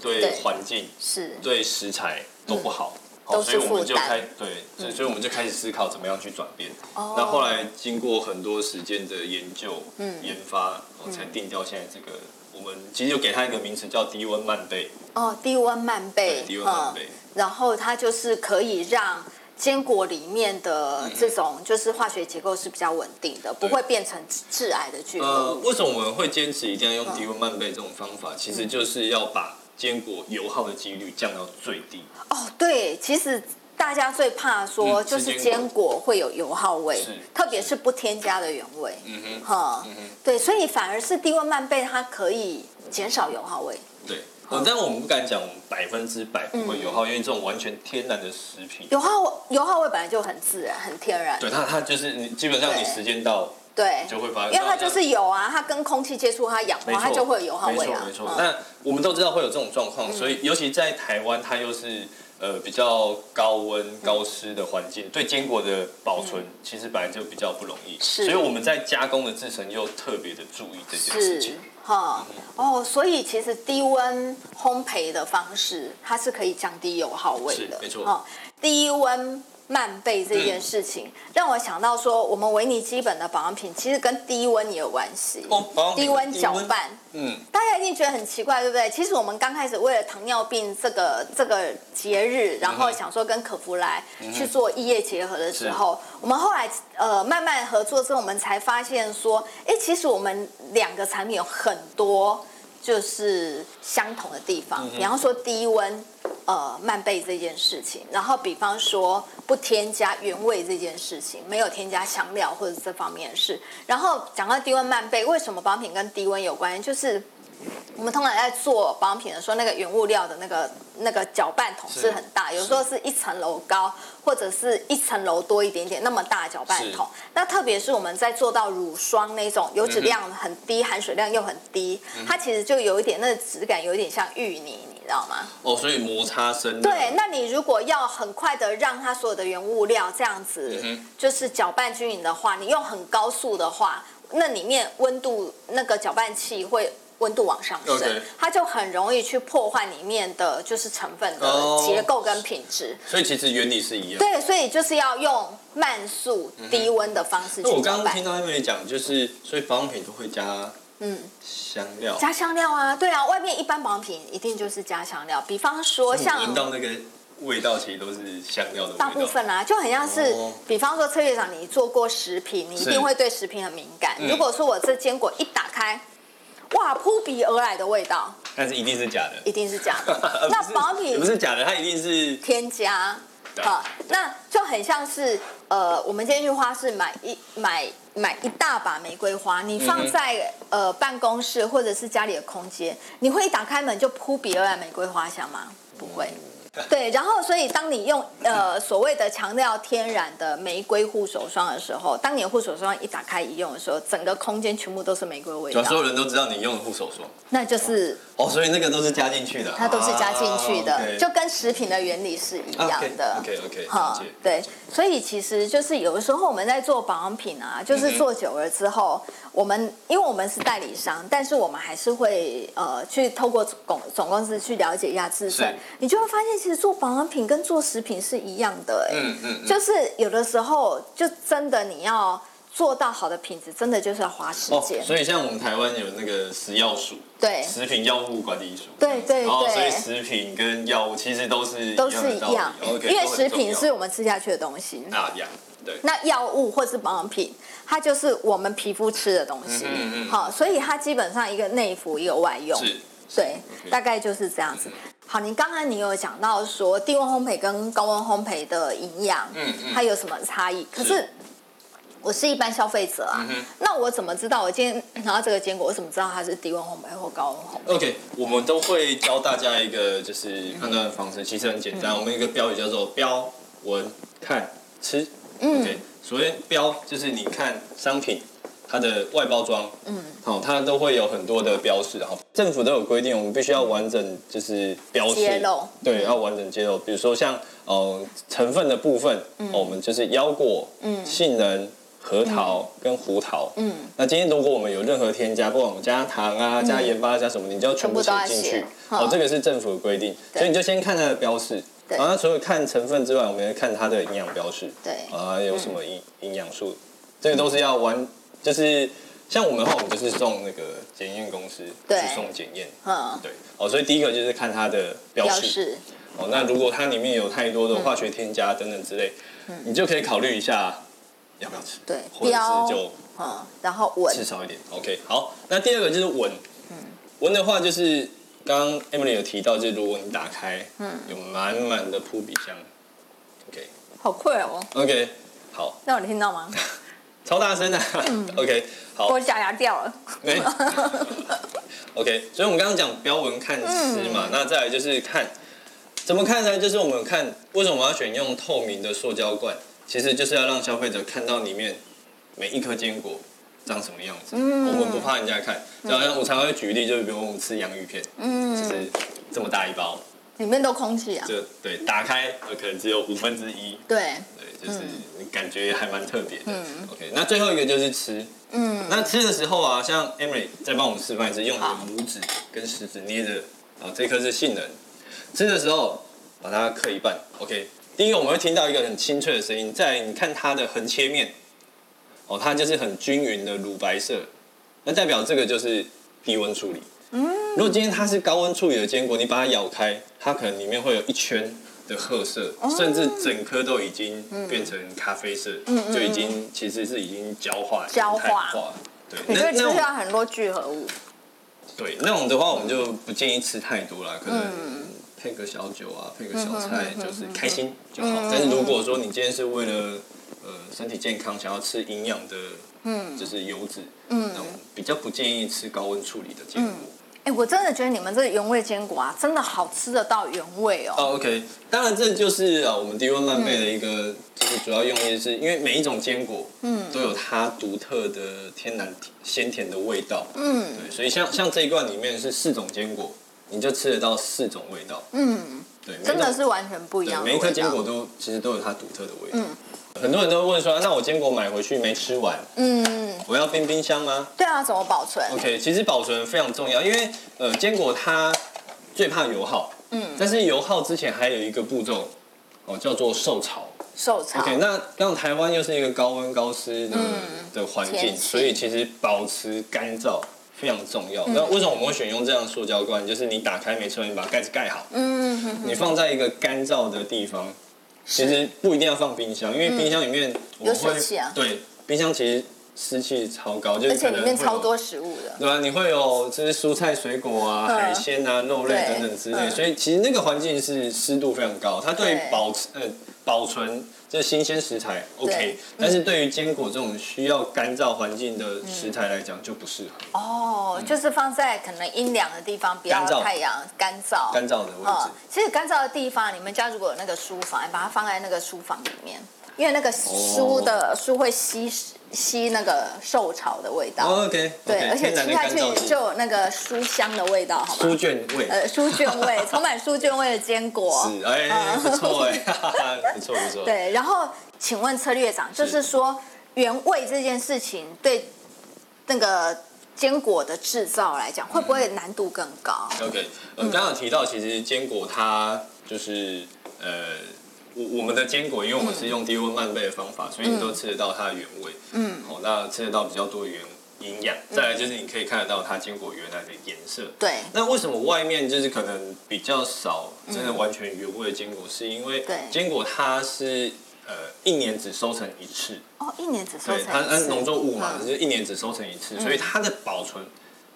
C: 对
B: 嗯对
C: 环境、
B: 是
C: 对食材都不好，好
B: 都是
C: 所以我们就
B: 负担嗯
C: 开对，所以所以我们就开始思考怎么样去转变。
B: 哦
C: 那后来经过很多时间的研究、
B: 嗯
C: 研发，我才定掉现在这个。我们其实就给它一个名词叫低温慢焙，
B: 哦，低温慢
C: 对，
B: 焙，
C: 低温慢焙。
B: 然后它就是可以让坚果里面
C: 嗯
B: 的这种就是化学结构是比较稳定的，不会变成致癌的聚合
C: 呃，
B: 物。
C: 为什么我们会坚持一定要用低温慢焙这种方法？其实就是要把坚果油耗的几率降到最低。
B: 哦，对，其实。大家最怕说，
C: 嗯吃
B: 就是
C: 坚
B: 坚果会有油耗味
C: 是，
B: 特别是不添加的原味，
C: 嗯哼，
B: 哈，对，所以反而是低温慢焙，它可以减少油耗味，
C: 对。呃，但我们不敢讲我们百分之百不会油耗，因为这种完全天然的食品，
B: 油耗油耗味本来就很自然、很天然，
C: 对它它就是你基本上你
B: 对
C: 时间到
B: 对，
C: 就会发
B: 因
C: 生
B: 为它就是油啊，它跟空气接触，它氧
C: 没
B: 化，
C: 错，
B: 哦它就会有油耗味啊。
C: 没错，没错。
B: 嗯
C: 那我们都知道会有这种状况，所以尤其在台湾，它又是呃比较高温高湿的环
B: 嗯
C: 境，对坚果的保存其实本来就比较不容易，
B: 是
C: 所以我们在加工的制成又特别的注意这件事
B: 是
C: 情。
B: 哈、哦，所以其实低温烘焙的方式，它是可以降低油耗味的，
C: 是没错
B: 哦，低温慢焙这件事
C: 嗯
B: 情，让我想到说，我们维尼基本的保养品其实跟低温也有关系。
C: 哦保养品
B: 低温搅拌，
C: 嗯，
B: 大家一定觉得很奇怪，对不对？其实我们刚开始为了糖尿病这个这个节日，然后想说跟可芙莱去做异业结合的时候，我们后来呃慢慢合作之后，我们才发现说，哎，其实我们两个产品有很多就是相同的地方，比方说低温。呃，慢焙这件事情，然后比方说不添加原味这件事情，没有添加香料或者这方面的事。然后讲到低温慢焙，为什么保养品跟低温有关？就是我们通常在做保养品的时候，那个原物料的那个那个搅拌桶是很大，
C: 是
B: 有时候是一层楼高或者是一层楼多一点点那么大的搅拌桶。那特别是我们在做到乳霜那种油脂量很低、含水量又很低，它其实就有一点那个质感有一点像芋泥，你知道吗？
C: 哦，所以摩擦声
B: 对，那你如果要很快的让它所有的原物料这样子，
C: 嗯哼
B: 就是搅拌均匀的话，你用很高速的话，那里面温度那个搅拌器会。温度往上升
C: OK
B: 它就很容易去破坏里面的就是成分的
C: 哦
B: 结构跟品质。
C: 所以其实原理是一样。
B: 对，所以就是要用慢速低温的方式
C: 嗯那我
B: 去
C: 刚
B: 搅
C: 刚
B: 拌
C: 听。到 Emily 讲，就是所以保养品都会加
B: 嗯，
C: 香料，
B: 加香料啊，对啊，外面一般保养品一定就是加香料，比方说像
C: 嗯闻到那个味道，其实都是香料的味道。
B: 大部分啦、就很像是，
C: 哦
B: 比方说策略长，你做过食品，你一
C: 是
B: 定会对食品很敏感。
C: 嗯
B: 如果说我这坚果一打开，哇，扑鼻而来的味道，
C: 但是一定是假的。。
B: 一定是假的 那
C: 不是
B: 保养
C: 也
B: 品
C: 不是假的，它一定是
B: 添加，
C: 对
B: 好，那就很像是呃，我们今天去花市买一买买一大把玫瑰花，你放
C: 嗯
B: 在、呃办公室或者是家里的空间，你会一打开门就扑鼻而来玫瑰花香吗？不会。
C: 嗯
B: 对，然后所以当你用呃所谓的强调天然的玫瑰护手霜的时候，当你的护手霜一打开一用的时候，整个空间全部都是玫瑰味
C: 主要
B: 道，
C: 所有人都知道你用的护手霜
B: 那就是
C: 哦，所以那个都是加进去的，
B: 它都是加进去的，
C: 啊，OK
B: 就跟食品的原理是一样的。
C: OK OK，
B: 哈
C: 了解。
B: 对，所以其实就是有的时候我们在做保养品啊，就是做久了之后，
C: 嗯
B: 我们因为我们是代理商，但是我们还是会呃去透过总总公司去了解一下自身
C: 是，
B: 你就会发现其实做保养品跟做食品是一样的、欸，
C: 嗯嗯嗯
B: 就是有的时候就真的你要做到好的品质，真的就是要花时
C: 哦
B: 间，，
C: 所以像我们台湾有那个食药署，
B: 对
C: 食品药物管理署，
B: 对对
C: 然后所以
B: 对
C: 食品跟药物其实都是
B: 都是
C: 一
B: 一样
C: 样的道理，OK，，
B: 因为
C: 都很
B: 食品
C: 重
B: 是
C: 要
B: 我们吃下去的东西，
C: 那样，对，
B: 那药物或是保养品，它就是我们皮肤吃的东西
C: 嗯哼嗯，哼
B: 好、所以它基本上一个内服，一个外用，
C: 是
B: 对
C: OK 嗯
B: 大概就是这样子。好，你刚刚你有讲到说低温烘焙跟高温烘焙的营养，
C: 嗯嗯
B: 它有什么差异？可是
C: 是嗯
B: 我是一般消费者啊，
C: 哼
B: 那我怎么知道我今天拿到这个坚果，我怎么知道它是低温烘焙或高温烘焙？
C: OK，我们都会教大家一个就是判断的方式，其实很简单。
B: 嗯
C: 我们有一个标语叫做标、闻、看、吃。
B: 嗯
C: OK，所谓标就是你看商品它的外包装，嗯，好、它都会有很多的标示，然后政府都有规定，我们必须要完整就是标示，
B: 揭露
C: 对，要完整揭露。哦嗯比如说像呃成分的部分，哦我们就是腰果、嗯、杏仁、核桃跟胡桃。嗯，那今天如果我们有任何添加，不管我们加糖啊、加盐巴、加什么，你就要全部写
B: 全
C: 进去
B: 部。都要写
C: 哦
B: 嗯，
C: 这个是政府的规定，
B: 对
C: 所以你就先看它的标示。
B: 对
C: 然后那除了看成分之外，我们也看它的营养标示。
B: 对
C: 啊，有什么营营养素，这个都是要完，就是像我们的话，我们就是送那个检验公司
B: 对
C: 去送检验。
B: 嗯，
C: 对，哦，所以第一个就是看它的标
B: 表
C: 示。
B: 示
C: 哦，那如果它里面有太多
B: 嗯
C: 的化学添加等等之类，你就可以考虑一下要不要吃，
B: 对
C: 或者
B: 标
C: 是就
B: 嗯，然后稳
C: 吃少一点。OK，好，那第二个就是闻，
B: 嗯
C: 闻的话就是刚刚 Emily 有提到，就是如果你打开，
B: 嗯
C: 有满满的扑鼻香。OK，OK，、
B: 好快哦，
C: OK，好，
B: 那有听到吗？
C: 超大声的、OK，好，
B: 嗯 我假牙掉了，
C: 没哎 OK，所以我们刚刚讲标文看吃嘛，那再来就是看怎么看呢？就是我们看为什么我要选用透明的塑胶罐，其实就是要让消费者看到里面每一颗坚果长什么样子。我们不怕人家看，就好像我常常会举例，就是比如我们吃洋芋片，就是这么大一包，
B: 里面都空气啊，
C: 就对，打开呃可能只有五分之一，
B: 对，
C: 对，就是感觉还蛮特别的。OK，那最后一个就是吃。嗯，那吃的时候啊，像 Emily 在帮我们示范是用你
B: 好
C: 的拇指跟食指捏着，啊，这颗是杏仁。吃的时候把它刻一半。OK，第一个我们会听到一个很清脆的声音，在你看它的横切面，哦，它就是很均匀的乳白色，那代表这个就是低温处理。嗯，如果今天它是高温处理的坚果，你把它咬开，它可能里面会有一圈的褐色，
B: 哦
C: 甚至整颗都已经
B: 嗯
C: 变成咖啡色，就已经其实是已经焦化、
B: 焦化
C: 已经碳化。对，
B: 你就
C: 那那
B: 吃
C: 我
B: 下很多聚合物，
C: 对，那种的话我们就不建议吃太多啦，可
B: 嗯
C: 能配个小酒啊，配个小菜，就是开心就好。
B: 嗯
C: 但是如果说你今天是为了呃身体健康，想要吃营养的，嗯，就是油脂，嗯，那我们比较不建议吃高温处理的坚果。
B: 哎，我真的觉得你们这个原味坚果啊，真的好吃得到原味哦，
C: 哦，OK，当然这就是啊，我们低温浪费的一个就是主要用意是，因为每一种坚果，嗯，都有它独特的天然鲜甜的味道，嗯，对，所以像像这一罐里面是四种坚果，你就吃得到四种味道，嗯，对，每
B: 真
C: 种
B: 的是完全不一
C: 对
B: 样的味道。
C: 每一颗坚果都其实都有它独特的味道。很多人都会问说，啊那我坚果买回去没吃完，
B: 嗯，
C: 我要冰冰箱吗？
B: 对啊，怎么保存？
C: OK，其实保存非常重要，因为呃，坚果它最怕油耗，嗯，但是油耗之前还有一个步骤，哦，叫做受潮。
B: 受潮
C: OK，那让台湾又是一个高温高湿的、的环
B: 嗯天
C: 境，
B: 气
C: 所以其实保持干燥非常重
B: 嗯
C: 要。那为什么我们会选用这样的塑胶罐？就是你打开没车，你把盖子盖好，
B: 嗯哼
C: 你放在一个干燥的地方，其实不一定要放冰箱，因为冰箱里面我
B: 嗯有
C: 会、
B: 水汽啊
C: 对，冰箱其实湿气超高，就是
B: 而且
C: 可
B: 里
C: 能
B: 面
C: 会
B: 超
C: 有
B: 多食物的，
C: 对啊，你会有就是蔬菜、水果啊、
B: 嗯
C: 海鲜啊、肉类等等之类，
B: 对嗯
C: 所以其实那个环境是湿度非常高，它对于
B: 对
C: 保持呃保存这新鲜食材 OK，
B: 嗯
C: 但是对于坚果这种需要干燥环境的食材来讲就不适合，
B: 哦，就是放在可能阴凉的地方，不要
C: 干燥
B: 太阳干燥。
C: 干燥的位置
B: 嗯。其实干燥的地方，你们家如果有那个书房，你把它放在那个书房里面，因为那
C: 哦
B: 个书的、书会吸吸那个受潮的味道。
C: 哦 OK，
B: 对，而且
C: 天然
B: 吃
C: 的
B: 下
C: 干
B: 去
C: 燥剂
B: 就有那个书香的味道，好吗？
C: 猪圈味。
B: 呃，书卷味，充满书卷味的坚果。 嗯
C: 是哎，不错哎， 哈哈不错不错。
B: 对，然后请问策略长，就是说原味这件事情对那个坚果的制造来讲，会不
C: 嗯
B: 会难度更高？
C: OK，呃，刚刚有提到，其实坚果它就是呃，我我们的坚果，因为我们是用低温慢焙的方法，所以你都吃得到它的原味。嗯，好、那吃得到比较多的原营养，再来就是你可以看得到它坚果原来的颜色。
B: 对
C: 那为什么外面就是可能比较少真的完全原味的坚果？是因为
B: 对
C: 坚果它是呃一年只收成一次，
B: 哦，一年只收成
C: 对，它它
B: 一次
C: 农作物嘛，
B: 嗯
C: 就是一年只收成一次，所以它的保存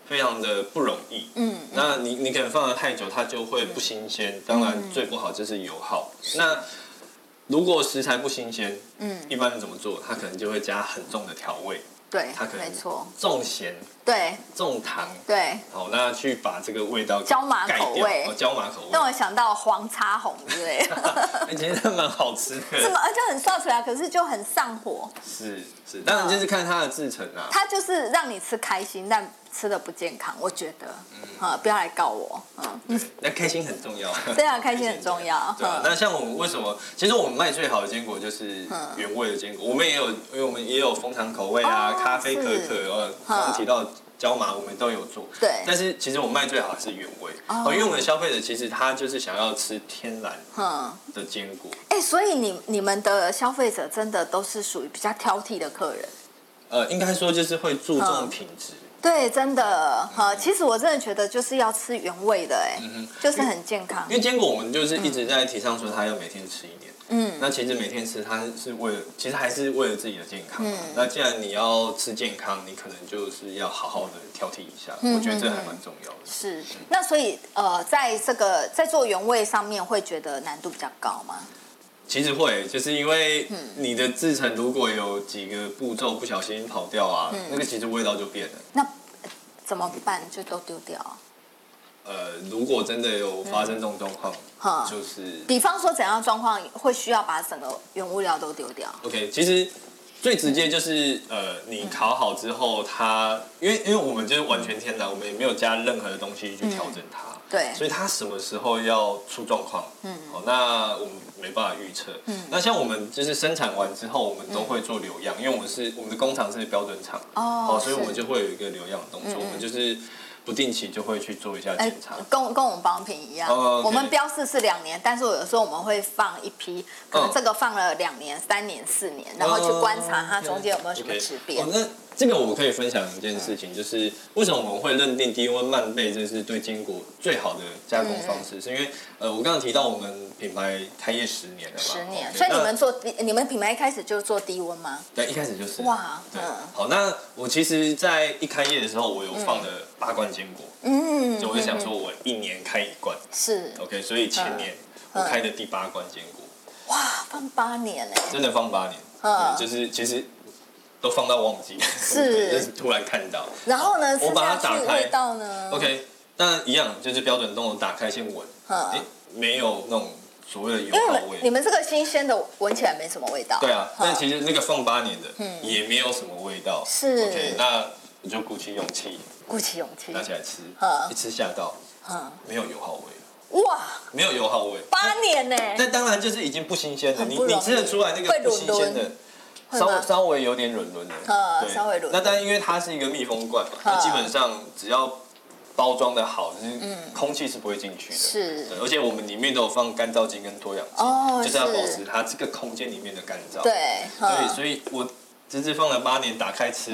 C: 非常的不容易。嗯，那你你可能放的太久，它就会不新
B: 嗯
C: 鲜，当然最不好就是油耗。那如果食材不新鲜，嗯，一般人怎么做？它可能就会加很重的调味，
B: 对
C: 它可，能
B: 没错，
C: 重咸、
B: 对
C: 重糖，
B: 对。
C: 好，那去把这个味道
B: 椒麻
C: 盖
B: 口
C: 掉
B: 味
C: 哦，椒麻口
B: 让
C: 味，哎
B: 我想到黄叉红之类 的，
C: 而且它蛮好吃
B: 是
C: 的，
B: 吗？而且呃很刷出来，可是就很上火。
C: 是是，当然就是看它的制成啊。
B: 它就是让你吃开心，但吃的不健康，我觉得，
C: 嗯
B: 啊、不要来告我，嗯，
C: 那开心很重要。
B: 对啊，开心很重要，
C: 对啊，
B: 嗯
C: 那像我们为什么？其实我们卖最好的坚果就是原味的坚果，我们也有，因为我们也有蜂糖口味啊、
B: 哦
C: 咖啡可可，
B: 是嗯
C: 呃，刚刚提到椒麻，我们都有做。
B: 对
C: 但是其实我们卖最好的是原味，哦，因为我们的消费者其实他就是想要吃天然
B: 嗯，
C: 的坚果。
B: 哎、所以你你们的消费者真的都是属于比较挑剔的客人。
C: 呃，应该说就是会注重
B: 嗯
C: 品质。
B: 对，真的，哈、其实我真的觉得就是要吃原味的、哎、就是很健康
C: 嗯因。为坚果我们就是一直在提倡说它要每天吃一点。
B: 嗯
C: 那其实每天吃它是为了，其实还是为了自己的健康嘛。
B: 嗯
C: 那既然你要吃健康，你可能就是要好好的挑剔一下，
B: 嗯
C: 我觉得这还蛮重要的。
B: 是，那所以呃，在这个在做原味上面，会觉得难度比较高吗？
C: 其实会，就是因为
B: 嗯
C: 你的制成如果有几个步骤不小心跑掉啊，
B: 嗯
C: 那个其实味道就变了。
B: 那呃怎么办？就都丢掉？
C: 呃，如果真的有发生这种状况，
B: 嗯哈
C: 就是
B: 比方说，怎样的状况会需要把整个原物料都丢掉？
C: OK，其实最直接就是呃，你烤好之后它，因为因为我们就是完全天然，我们也没有加任何的东西去调整它，
B: 对
C: 所以它什么时候要出状况，嗯，哦，那我们没办法预测，嗯，那像我们就是生产完之后，我们都会做留样，因为我们是我们的工厂是标准厂，
B: 嗯哦
C: 所以我们
B: 是嗯
C: 就会有一个留样的动作，我们就是不定期就会去做一下检查，
B: 哎跟跟我们保养品一样，
C: 哦，OK
B: 我们标示是两年，但是有时候我们会放一批，可
C: 嗯
B: 能这个放了两年、三年、四年，然后去观察它中间有没有什么质变。
C: 哦那这个我可以分享一件事情，就是为什么我们会认定低温慢焙这是对坚果最好的加工方
B: 嗯
C: 式，是因为呃，我刚刚提到我们品牌开业十年了嘛，
B: 十年，
C: OK，
B: 所以你
C: 那
B: 们做低，你们品牌一开始就做低温吗？
C: 对一开始就是
B: 哇
C: 对
B: 嗯，
C: 好，那我其实，在一开业的时候，我有放了八罐坚果，
B: 嗯，
C: 所以我就想说我一年开一罐
B: 是
C: ，OK，所以前年
B: 嗯
C: 我开的第八罐坚果，
B: 哇，放八年哎，
C: 真的放八年，
B: 嗯
C: 对就是其实都放到忘记，
B: 是
C: 就是突然看到，
B: 然后呢，吃
C: 我把
B: 下
C: 它打
B: 去
C: 开
B: 味道呢
C: OK，那一样就是标准动作，打开先闻，
B: 嗯
C: 哎、没有那种所谓的油
B: 因为你
C: 耗
B: 们你
C: 味。
B: 们这个新鲜的闻起来没什么味道。嗯
C: 对啊，但
B: 实
C: 其实那个放八年的、也没有什么味道。
B: 嗯是
C: OK，那我就鼓起勇气
B: 鼓起勇气
C: 拿，起来吃，
B: 嗯
C: 一吃吓到，
B: 嗯，
C: 没有油耗味，
B: 哇，
C: 没有油耗味。
B: 八年呢，
C: 但当然就是已经不新鲜了，
B: 很
C: 你
B: 不容易
C: 你吃得出来那个不新
B: 会
C: 鲜
B: 软
C: 的
B: 软，会
C: 稍微
B: 吗
C: 稍微有点软软的，
B: 嗯
C: 对
B: 稍微软
C: 那但因为它是一个密封罐嘛，那
B: 嗯
C: 基本上只要包装的好，就是空气是不会进去的。
B: 是
C: 对而且我们里面都有放干燥剂跟脱氧剂，
B: 哦
C: 就是要
B: 是
C: 保持它这个空间里面的干燥。
B: 对，
C: 对，
B: 嗯
C: 所以我直接放了八年，打开吃，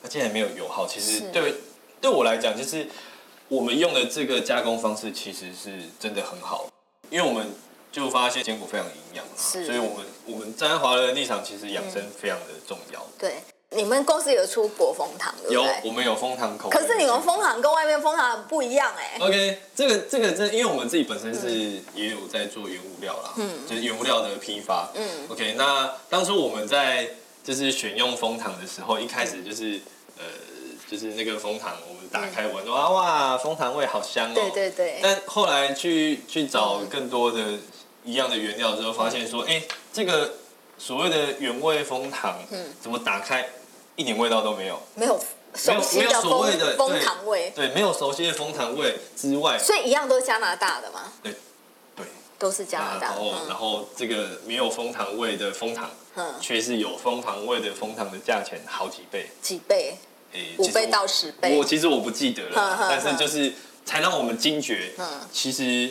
C: 它竟然没有油耗。其实
B: 是
C: 对对我来讲，就是我们用的这个加工方式，其实是真的很好，因为我们就发现坚果非常营养嘛，
B: 是
C: 所以我们我们站在华人的立场，其实养生非常的重要。
B: 对，你们公司有出国风堂对
C: 有
B: 不对？
C: 我们有蜂糖口味，
B: 可是你们蜂堂跟外面蜂堂不一样哎，
C: OK，这个这个这，因为我们自己本身是也有在做原物料啦，嗯，就是原物料的批发，嗯，OK，那当初我们在就是选用蜂糖的时候，一开始就是呃，就是那个蜂糖，我们打开闻说、啊哇，蜂糖味好香哦、
B: 对对对
C: 但后来去去找更多的一样的原料之后，发现
B: 嗯
C: 说，哎、这个所谓的原味蜂糖，嗯，怎么打开一点味道都没有，
B: 没有
C: 没有
B: 熟
C: 没
B: 悉
C: 有
B: 的
C: 所谓的
B: 蜂蜂
C: 对
B: 糖味，
C: 对，没有熟悉的蜂糖味之外，
B: 所以一样都是加拿大的嘛，
C: 对对。
B: 都是加拿大
C: 然
B: 的。
C: 后，
B: 嗯
C: 然后这个没有蜂糖味的蜂糖，
B: 嗯
C: 却是有蜂糖味的蜂糖的价钱好几倍，
B: 几倍？
C: 诶，
B: 五
C: 其实我
B: 倍到十倍
C: 我其实我不记得了
B: 哼哼
C: 啦，但是就是才让我们惊觉
B: 嗯，
C: 其实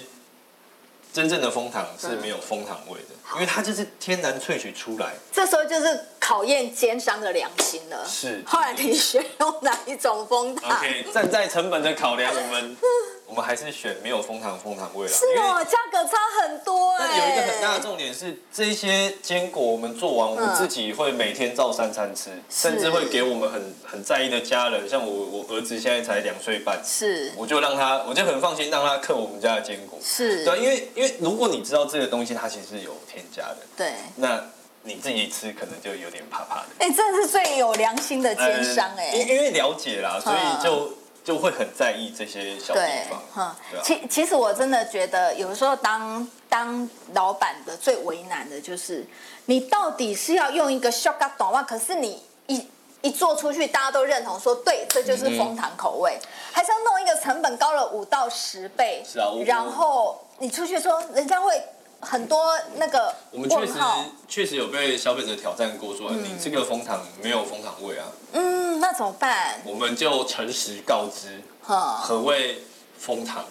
C: 真正的蜂糖是没有蜂糖味的，因为它就是天然萃取出来。
B: 这时候就是考验奸商的良心了。
C: 是
B: 后来你选用哪一种蜂糖
C: OK，站在成本的考量，我们 我们还是选没有蜂糖蜂糖味啦，
B: 是
C: 因为
B: 哦，价格差很多哎、
C: 但有一个很大的重点是，这些坚果我们做完，我
B: 嗯
C: 们自己会每天照三餐吃，甚至会给我们很很在意的家人，像我我儿子现在才两岁半，
B: 是
C: 我就让他，我就很放心让他嗑我们家的坚果。
B: 是，
C: 对，因为因为如果你知道这个东西它其实是有添加的，
B: 对
C: 那你自己吃可能就有点怕怕的。呃
B: 哎、这是最有良心的奸商哎、
C: 因因为了解啦，所以就就会很在意这些小地
B: 嗯对
C: 方，。
B: 哈
C: 对啊
B: 其其实我真的觉得，有时候当当老板的啊最为难的就是，你到底是要用一个 shortcut 短袜，可是你一一做出去，大家都认同说对，这就是
C: 嗯
B: 枫糖口味，还是要弄一个成本高了五到十倍，
C: 是啊我
B: 然后你出去说，人家会很多那个
C: 我们确
B: 问
C: 实
B: 号，
C: 确实有被消费者挑战过说，你这个蜂糖没有蜂糖味啊，
B: 嗯，那怎么办？
C: 我们就诚实告知
B: 哈，
C: 何谓蜂糖，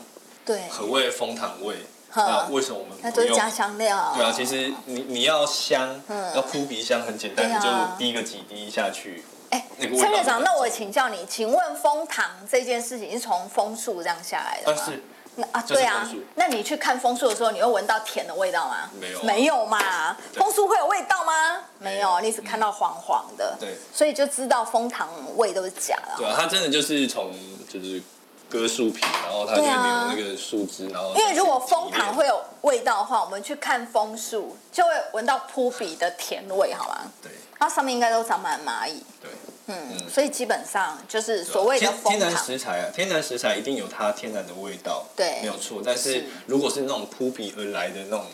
B: 对，
C: 何谓蜂糖味，
B: 呵
C: 那为什么我们
B: 那
C: 不
B: 都是
C: 用？
B: 加香料，
C: 对啊，其实你你要香，要扑鼻香很简单，
B: 嗯对
C: 你
B: 啊
C: 就滴个几滴下去。
B: 哎，
C: 那个味道
B: 蔡院长，那我请教你，请问蜂糖这件事情是从枫树这样下来的
C: 但
B: 吗？
C: 呃是
B: 那啊，
C: 就是
B: 对啊
C: 枫树，
B: 那你去看枫树的时候，你会闻到甜的味道吗？
C: 没有啊
B: 没有嘛。
C: 对
B: 枫树会有味道吗？没
C: 没
B: 有，
C: 有嗯
B: 你只看到黄黄的。
C: 对
B: 所以就知道枫糖味都是假的
C: 对。啊，它真的就是从就是割树皮，然后它就
B: 对
C: 里面
B: 啊
C: 有那个树枝，然后
B: 因为如果枫
C: 风
B: 糖会有味道的话，我们去看枫树就会闻到扑鼻的甜味，好吗？
C: 对
B: 它上面应该都长满蚂蚁，
C: 对，
B: 嗯，
C: 嗯
B: 所以基本上就是
C: 对啊
B: 所谓的
C: 天
B: 枫
C: 天然
B: 糖，
C: 食材啊，天然食材一定有它天然的味道，
B: 对
C: 没有错。但
B: 是
C: 是如果是那种扑鼻而来的那种，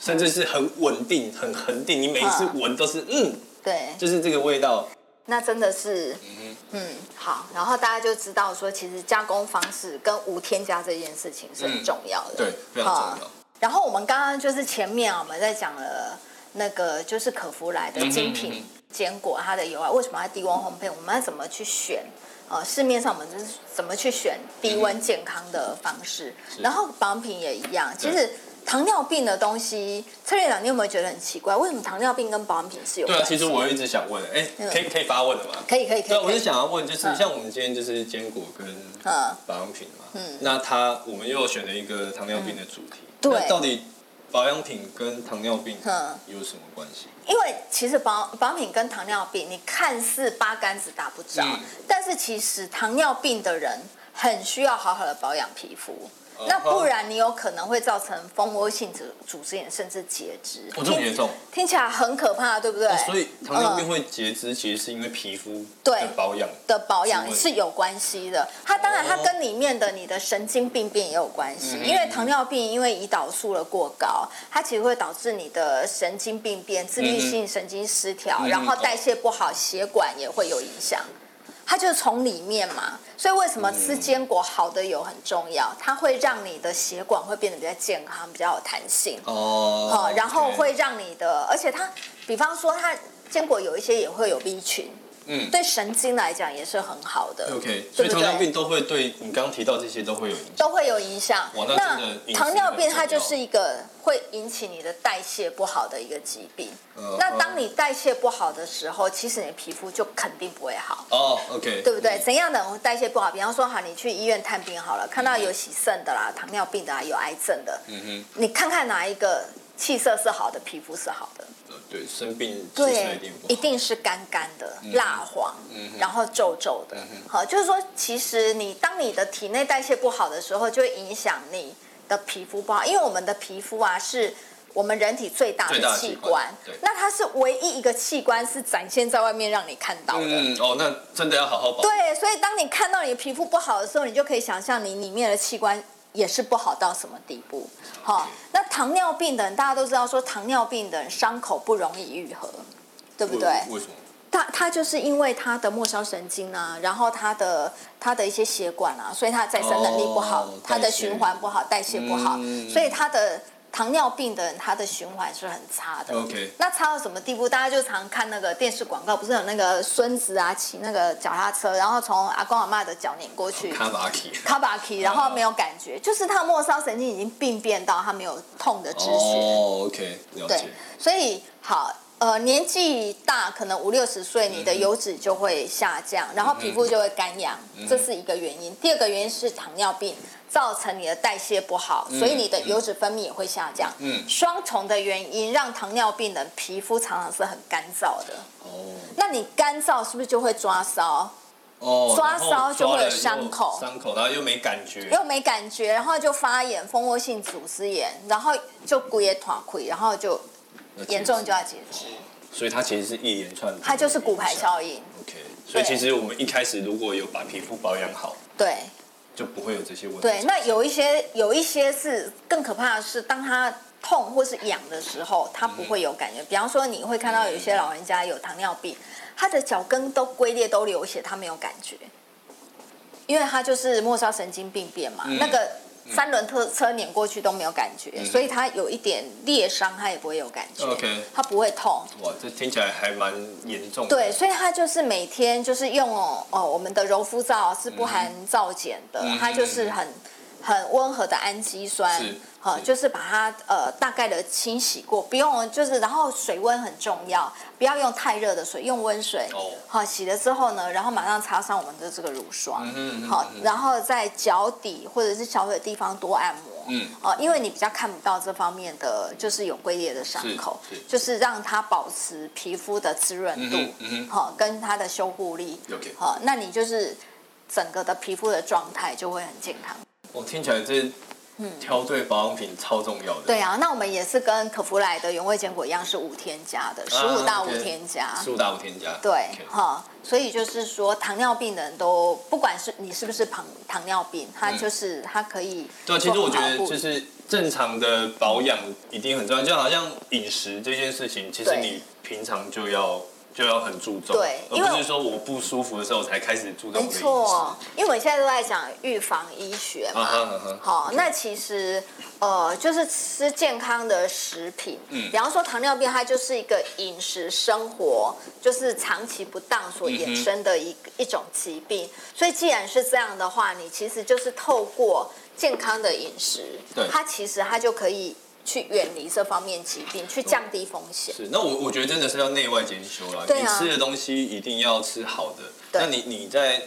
C: 甚至是很稳定、很恒定，你每一次
B: 嗯
C: 闻都是嗯，
B: 对，
C: 就是这个味道，
B: 那真的是，嗯，好，然后大家就知道说，其实加工方式跟无添加这件事情是很重要的，
C: 嗯对，非常重
B: 啊
C: 要。
B: 然后我们刚刚就是前面啊，我们在讲了那个就是可福来的精
C: 嗯哼
B: 品
C: 嗯
B: 坚果，它的由来为什么它低温烘焙，我们要怎么去选？呃，市面上我们就是怎么去选低温健康的方
C: 嗯
B: 式，然后保养品也一样。其实糖尿病的东西，策略长，你有没有觉得很奇怪？为什么糖尿病跟保养品是有
C: 对
B: 关
C: 啊，
B: 系？
C: 其实我一直想问，哎，
B: 嗯
C: 可以可以发问了吗？
B: 可以可以可以，
C: 对啊，我
B: 可
C: 是
B: 以
C: 想要问，就是
B: 嗯
C: 像我们今天就是坚果跟
B: 嗯。
C: 保养品嘛，那它我们又选了一个糖尿病的主题，
B: 嗯对
C: 那到底保养品跟糖尿病
B: 嗯
C: 有什么关系？
B: 因为其实保保养品跟糖尿病，你看似八竿子打不着，
C: 嗯
B: 但是其实糖尿病的人很需要好好的保养皮肤。
C: 嗯
B: 那不然你有可能会造成蜂窝性组组织炎，甚至截肢。
C: 哦这么
B: 听
C: 严重
B: 听起来很可怕，对不对？
C: 哦所以糖尿病
B: 嗯
C: 会截肢，其实是因为皮肤
B: 对
C: 的保养。
B: 的保养
C: 是
B: 是有关系的。它当然它跟里面的你的神经病变也有关系，
C: 嗯
B: 因为糖尿病因为胰岛素的过高，它其实会导致你的神经病变、自律性神经失调，
C: 嗯
B: 然后代谢不好，血管也会有影响。它就是从里面嘛，所以为什么吃坚果好的油很重要？它会让你的血管会变得比较健康，比较有弹性。
C: 哦
B: 哦，，然后
C: OK
B: 会让你的，而且它，比方说它坚果有一些也会有 B 群，
C: 嗯
B: 对神经来讲也是很好的。
C: OK，所
B: 对不
C: 以糖尿
B: 对？
C: 病都会对你刚刚提到这些都会有影响。
B: 都会有影响
C: 哇。那真的饮食
B: 糖尿病它
C: 很重
B: 就
C: 要
B: 是一个会引起你的代谢不好的一个疾病。
C: 嗯
B: 那当你代谢不好的时候，其实你的皮肤就肯定不会好。
C: 哦，OK，
B: 对不对？
C: 嗯
B: 怎样的人代谢不好？比方说，好，你去医院探病好了，看到有洗肾的啦、糖尿病的啦、啊有癌症的，
C: 嗯
B: 你看看哪一个气色是好的，皮肤是好的？
C: 哼，对，生病气色一
B: 对
C: 定不，好嗯
B: 一定是干干的、蜡黄，
C: 哼嗯
B: 然后皱皱的。好，就是说，其实你当你的体内代谢不好的时候，就会影响你的皮肤不好，因为我们的皮肤啊是。我们人体最大
C: 最大
B: 的
C: 的
B: 器
C: 器官对
B: 那它是唯一一个器官是展现在外面让你看到的。
C: 嗯哦，那真的要好好保。
B: 对，所以当你看到你的皮肤不好的时候，你就可以想象你里面的器官也是不好到什么地步。好、那糖尿病的人，大家都知道说糖尿病的人伤口不容易愈合，对不对？
C: 为为什么？
B: 他他就是因为他的末梢神经啊，然后他的他的一些血管啊，所以他的再生能力不好，
C: 哦
B: 他的
C: 代谢
B: 循环不好，代谢不好，
C: 嗯
B: 所以他的糖尿病的人，他的循环是很差的。
C: OK
B: 那差到什么地步？大家就常看那个电视广告，不是有那个孙子啊骑那个脚踏车，然后从阿公阿妈的脚碾过去。
C: 卡巴奇。
B: 卡巴奇，然后没
C: 哦
B: 有感觉，就是他末梢神经已经病变到他没有痛的知觉。
C: 哦，OK，了
B: 对
C: 解。，
B: 所以好，呃，年纪大，可能五六十岁，
C: 嗯
B: 你的油脂就会下降，然后皮肤就会干痒，
C: 嗯
B: 这是一个原因。第二个原因是糖尿病造成你的代谢不好，所以你的油脂分泌也会下降。
C: 嗯
B: 双重的原因让糖尿病的皮肤常常是很干燥的。
C: 哦
B: 那你干燥是不是就会抓瘙？
C: 哦，
B: 抓
C: 然后
B: 烧就会有
C: 抓了
B: 伤口
C: 伤口，然后又没感觉。
B: 又没感觉，然后就发炎，蜂窝性组织炎，然后就骨也垮溃，然后就严重就要截肢，
C: 所以它其实是一连串的，
B: 它就是骨牌效。应。
C: OK，所以其实我们一开始如果有把皮肤保养好，
B: 对，
C: 就不会有这些问题。
B: 对，那有一些有一些是更可怕的是，当他痛或是痒的时候，他不会有感觉。比方说，你会看到有一些老人家有糖尿病，他的脚跟都龟裂都流血，他没有感觉，因为他就是末梢神经病变嘛。那个三轮特车碾过去都没有感觉，所以他有一点裂伤，他也不会有感觉
C: OK
B: 他不会痛。
C: 哇，这听起来还蛮严重的。
B: 对，所以它就是每天就是用哦哦，我们的柔肤皂是不含皂碱的，
C: 嗯
B: 它就是很很温和的氨基酸
C: 是，
B: 好、
C: 是
B: 就是把它呃大概的清洗过，不用就是然后水温很重要，不要用太热的水，用温水，
C: 哦
B: 好、洗了之后呢，然后马上擦上我们的这个乳霜，
C: 嗯哼
B: 好、
C: 嗯哼
B: 然后在脚底或者是小腿的地方多按摩，
C: 嗯
B: 哦，因为你比较看不到这方面的，就是有龟裂的伤口
C: 是是，
B: 就是让它保持皮肤的滋润度
C: 嗯哼嗯哼，
B: 好、跟它的修护力
C: OK，
B: 好、那你就是整个的皮肤的状态就会很健康。
C: 我哦听起来这挑对保养品超重要的。
B: 嗯对啊，那我们也是跟可芙莱的原味坚果一样，是无添加的，十五到五添加。
C: 啊十五大五添加。
B: 啊对
C: OK，
B: 哈、所以就是说，糖尿病的人都，不管是你是不是糖糖尿病，它就是、它可以
C: 嗯对啊，其实
B: 做
C: 我
B: 很
C: 觉
B: 好的
C: 得
B: 护
C: 就
B: 理
C: 是正常的保养一定很重要，就好像饮食这件事情，其实
B: 对
C: 你平常就要就要很注重，
B: 对因为
C: 而不是说我不舒服的时候才开始注重我的
B: 没
C: 饮食。
B: 错，因为我们现在都在讲预防医学
C: 啊
B: 嘛。
C: 哈啊哈
B: 好，那其实呃，就是吃健康的食品，
C: 嗯
B: 比方说糖尿病，它就是一个饮食生活就是长期不当所衍生的一、一种疾病。所以既然是这样的话，你其实就是透过健康的饮食
C: 对，
B: 它其实它就可以去远离这方面疾病，去降低风险。
C: 是，那我我觉得真的是要内外兼修啦。
B: 对
C: 你
B: 啊
C: 吃的东西一定要吃好的，
B: 对嗯
C: 那你你在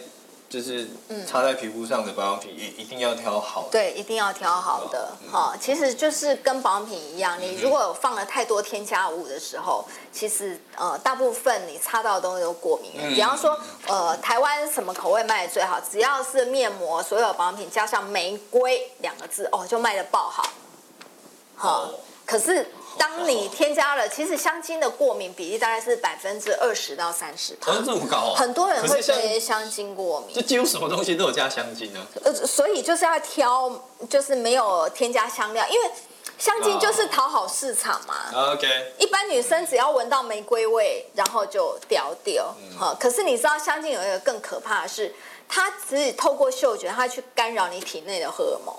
C: 就是擦在皮肤上的保养品也一定要挑好的。
B: 对，一定要挑好的
C: 嗯
B: 哈、其实就是跟保养品一样，你如果有放了太多添加物的时候，其实呃，大部分你擦到的东西都过敏了。
C: 嗯
B: 比方说，呃，台湾什么口味卖的最好？只要是面膜，所有保养品加上玫瑰两个字，哦，就卖的爆好。哈、
C: 哦
B: 可是当你添加了，其实香精的过敏比例大概是百分之二十到三十，
C: 好像这么高啊！
B: 很多人
C: 可
B: 会
C: 是像
B: 对香精过敏
C: 就。几乎什么东西都有加香精啊。
B: 呃，所以就是要挑，就是没有添加香料，因为香精就是讨好市场嘛。
C: OK，
B: 一般女生只要闻到玫瑰味，然后就屌屌。好、可是你知道香精有一个更可怕的是，它只是透过嗅觉，它去干扰你体内的荷尔蒙。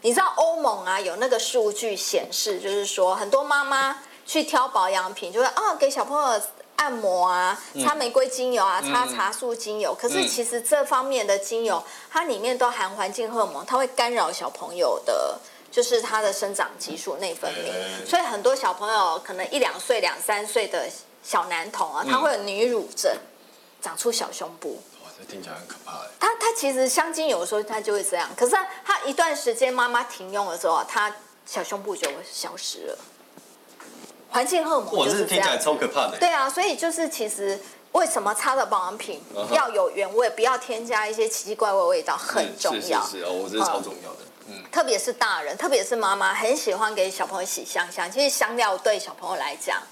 B: 你知道欧盟啊有那个数据显示，就是说很多妈妈去挑保养品，就会啊给小朋友按摩啊，擦玫瑰精油啊，擦茶树精油。可是其实这方面的精油，它里面都含环境荷尔蒙，它会干扰小朋友的。就是他的生长激素内分
C: 哎
B: 泌，所以很多小朋友可能一两岁、两三岁的小男童啊，他会有女乳症，长出小胸部。
C: 哇，这听起来很可怕哎。
B: 它它其实香精有的时候它就会这样，可是它它一段时间妈妈停用的时候，它小胸部就会消失了。环境荷尔蒙
C: 哇，
B: 就
C: 这
B: 是这
C: 听起来
B: 样，
C: 超可怕的。欸
B: 对啊，所以就是其实为什么擦的保养品
C: 嗯哼
B: 要有原味，不要添加一些奇奇怪怪的味道，很重要。
C: 是是是，哦，我这是超重要的。嗯，
B: 特别是大人，特别是妈妈，很喜欢给小朋友洗香香。其实香料对小朋友来讲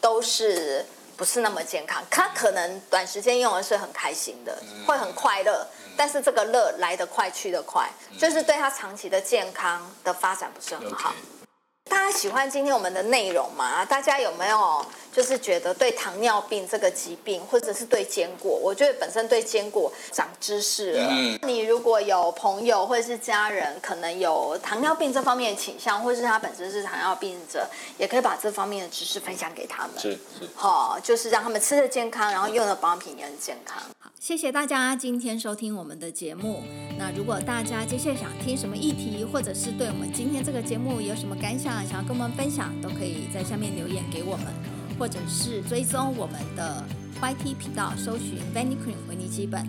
B: 都是不是那么健康，他可能短时间用的是很开心的，会很快乐，但是这个乐来得快去得快，就是对他长期的健康的发展不是很
C: OK
B: 好。。大家喜欢今天我们的内容吗？大家有没有就是觉得对糖尿病这个疾病，或者是对坚果，我觉得本身对坚果长知识了。
C: 嗯
B: 你如果有朋友或者是家人，可能有糖尿病这方面的倾向，或是他本身是糖尿病者，也可以把这方面的知识分享给他们。
C: 是是。
B: 好、就是让他们吃的健康，然后用的保养品也很健康。
A: 好，谢谢大家今天收听我们的节目。那如果大家接下来想听什么议题，或者是对我们今天这个节目有什么感想，想要跟我们分享，都可以在下面留言给我们，或者是追踪我们的 YT 频道，搜寻 Vanicream 维尼基本，